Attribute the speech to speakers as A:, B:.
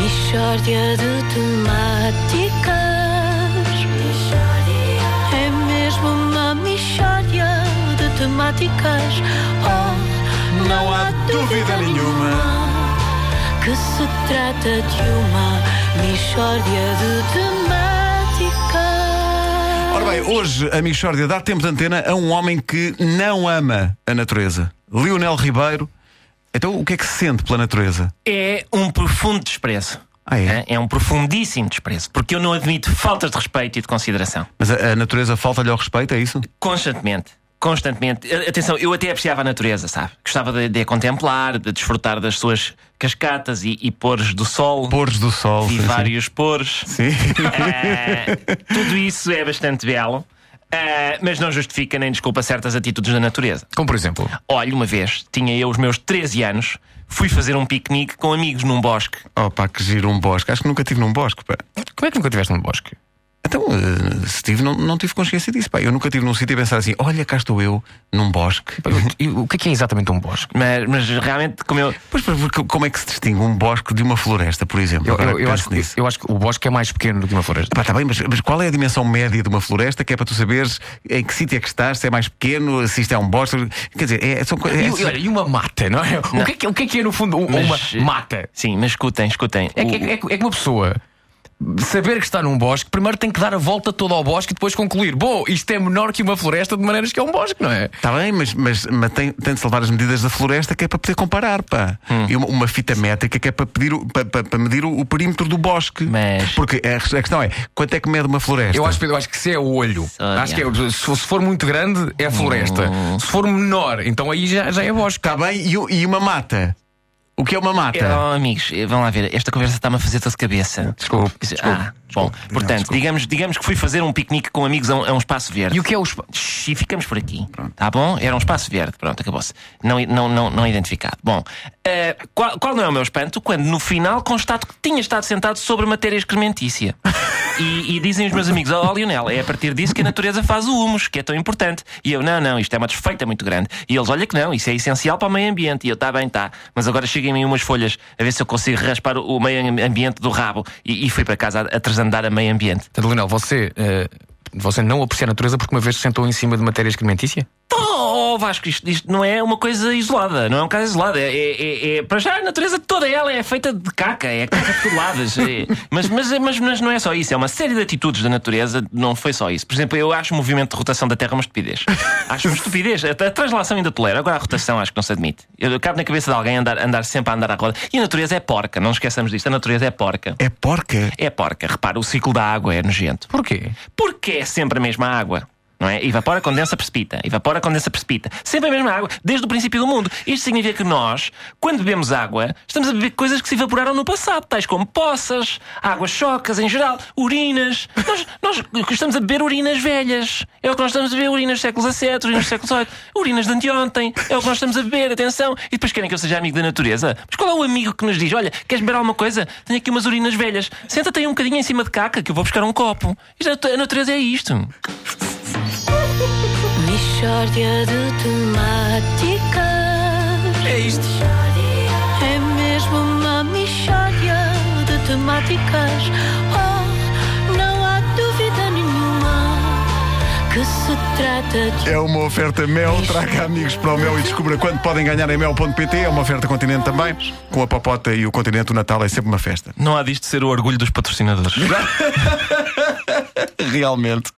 A: Mistória de temáticas. É mesmo uma mistória de temáticas. Oh,
B: Não há dúvida nenhuma.
A: que se trata de uma mistória de temáticas.
B: Ora bem, hoje a Mixórdia dá tempo de antena a um homem que não ama a natureza. Lionel Ribeiro. Então, o que é que se sente pela natureza?
C: É um profundo desprezo.
B: Ah, é?
C: um profundíssimo desprezo, porque eu não admito faltas de respeito e de consideração.
B: Mas a, a natureza falta-lhe ao respeito, é isso?
C: Constantemente. Constantemente. A- Atenção, eu até apreciava a natureza, sabe? Gostava de, de a contemplar, de desfrutar das suas cascatas e, e pores do sol.
B: Pores do sol.
C: Vi
B: sim, sim.
C: vários pores.
B: Sim.
C: Ah, tudo isso é bastante belo, ah, mas não justifica nem desculpa certas atitudes da natureza.
D: Como por exemplo,
C: Olha, uma vez, tinha eu os meus 13 anos, fui fazer um piquenique com amigos num bosque.
B: Oh pá, que giro um bosque. Acho que nunca tive num bosque, pá.
D: como é que nunca tiveste num bosque?
B: Então, eh, se tive, não, não tive consciência disso, pá. Eu nunca tive num sítio e pensar assim, olha, cá estou eu, num bosque.
D: Pá, eu- E o que é que é exatamente um bosque?
C: Mas, mas realmente, como eu.
B: Pois, pois, porque como é que se distingue um bosque de uma floresta, por exemplo?
D: Eu,
B: Agora
D: eu- eu
B: que penso
D: acho, que-
B: nisso.
D: eu acho que o bosque é mais pequeno do que uma floresta.
B: Pá, tá bem, mas, mas qual é a dimensão média de uma floresta que é para tu saberes em que sítio é que estás, se é mais pequeno, se isto é um bosque? Quer dizer, é, são, co- é,
D: E, e olha, e uma mata, não é? O, que é que, o que é que é, no fundo um-
C: Mas-
D: uma mata?
C: Sim, mas escutem, escutem.
D: É, que-
C: O-
D: é que- é que uma pessoa saber que está num bosque, primeiro tem que dar a volta toda ao bosque e depois concluir: bom, isto é menor que uma floresta, de maneiras que é um bosque, não é?
B: Está tá bem, mas, mas, mas tem, tem de se levar as medidas da floresta que é para poder comparar, pá.
D: Hum.
B: E uma, uma fita métrica que é para, pedir o- para, para- para medir o, o perímetro do bosque.
C: Mas-
B: Porque a, res- a questão é, quanto é que mede uma floresta?
D: Eu acho, Pedro, eu acho que se é o olho,
C: Olha.
D: acho que é, se, for- se for muito grande, é floresta. Se for menor, então aí já, já é bosque.
B: Está Hum. Tá bem, e, o- e uma mata? O que é uma mata?
C: Oh, amigos, eh, vão lá ver, esta conversa está-me a fazer toda cabeça.
D: Desculpe.
C: ah, bom, portanto, digamos, digamos que fui fazer um piquenique com amigos a um, a um espaço verde.
D: E o que é o espaço?
C: Shhh, E ficamos por aqui. Tá bom? Era um espaço verde. Pronto, acabou-se. Não, não, não, não identificado. Bom, eh, qual, qual não é o meu espanto quando no final constato que tinha estado sentado sobre matéria excrementícia? E, e dizem os meus amigos, ó Lionel, é a partir disso que a natureza faz o humus, que é tão importante. E eu, não, não, isto é uma desfeita muito grande. E eles, olha que não, isso é essencial para o meio ambiente. E eu, tá bem, tá. Mas agora cheguem-me umas folhas a ver se eu consigo raspar o o meio ambiente do rabo. E, e fui para casa a, a transandar a meio ambiente.
D: Portanto, Leonel, você, eh, você não aprecia a natureza porque uma vez se sentou em cima de matéria excrementícia?
C: Oh, Vasco, isto, isto não é uma coisa isolada, não é um caso isolado. É, é- é- é- para já a natureza toda ela é feita de caca, é caca por lados. é. mas, mas, mas, mas não é só isso, é uma série de atitudes da natureza, não foi só isso. Por exemplo, eu acho o movimento de rotação da Terra uma estupidez. Acho uma estupidez. A, a translação ainda tolero, agora a rotação acho que não se admite. Eu cabe na cabeça de alguém andar, andar sempre a andar à roda. E a natureza é porca, não esqueçamos disto, a natureza é porca.
B: É porca.
C: É porca, repara, o ciclo da água é nojento.
D: Porquê?
C: Porque é sempre a mesma água. Não é? Evapora, condensa, precipita. Evapora, condensa, precipita. Sempre a mesma água, desde o princípio do mundo. Isto significa que nós, quando bebemos água, estamos a beber coisas que se evaporaram no passado, tais como poças, águas chocas em geral, urinas. Nós, nós estamos a beber urinas velhas. É o que nós estamos a beber, urinas do século XVII, urinas do século XVIII, urinas de anteontem. É o que nós estamos a beber, atenção. E depois querem que eu seja amigo da natureza. Mas qual é o amigo que nos diz: olha, queres beber alguma coisa? Tenho aqui umas urinas velhas. Senta-te aí um bocadinho em cima de caca que eu vou buscar um copo. Isto é- A natureza é isto.
A: Mistória de temáticas.
D: É isto.
A: É mesmo uma mistória de temáticas. Oh, não há dúvida nenhuma que se trata de.
B: É uma oferta Mel, traga amigos para o Mel e descubra quanto podem ganhar em mel.pt. É uma oferta Continente também. Com a Papota e o Continente, o Natal é sempre uma festa.
C: Não há disto ser o orgulho dos patrocinadores.
B: Realmente.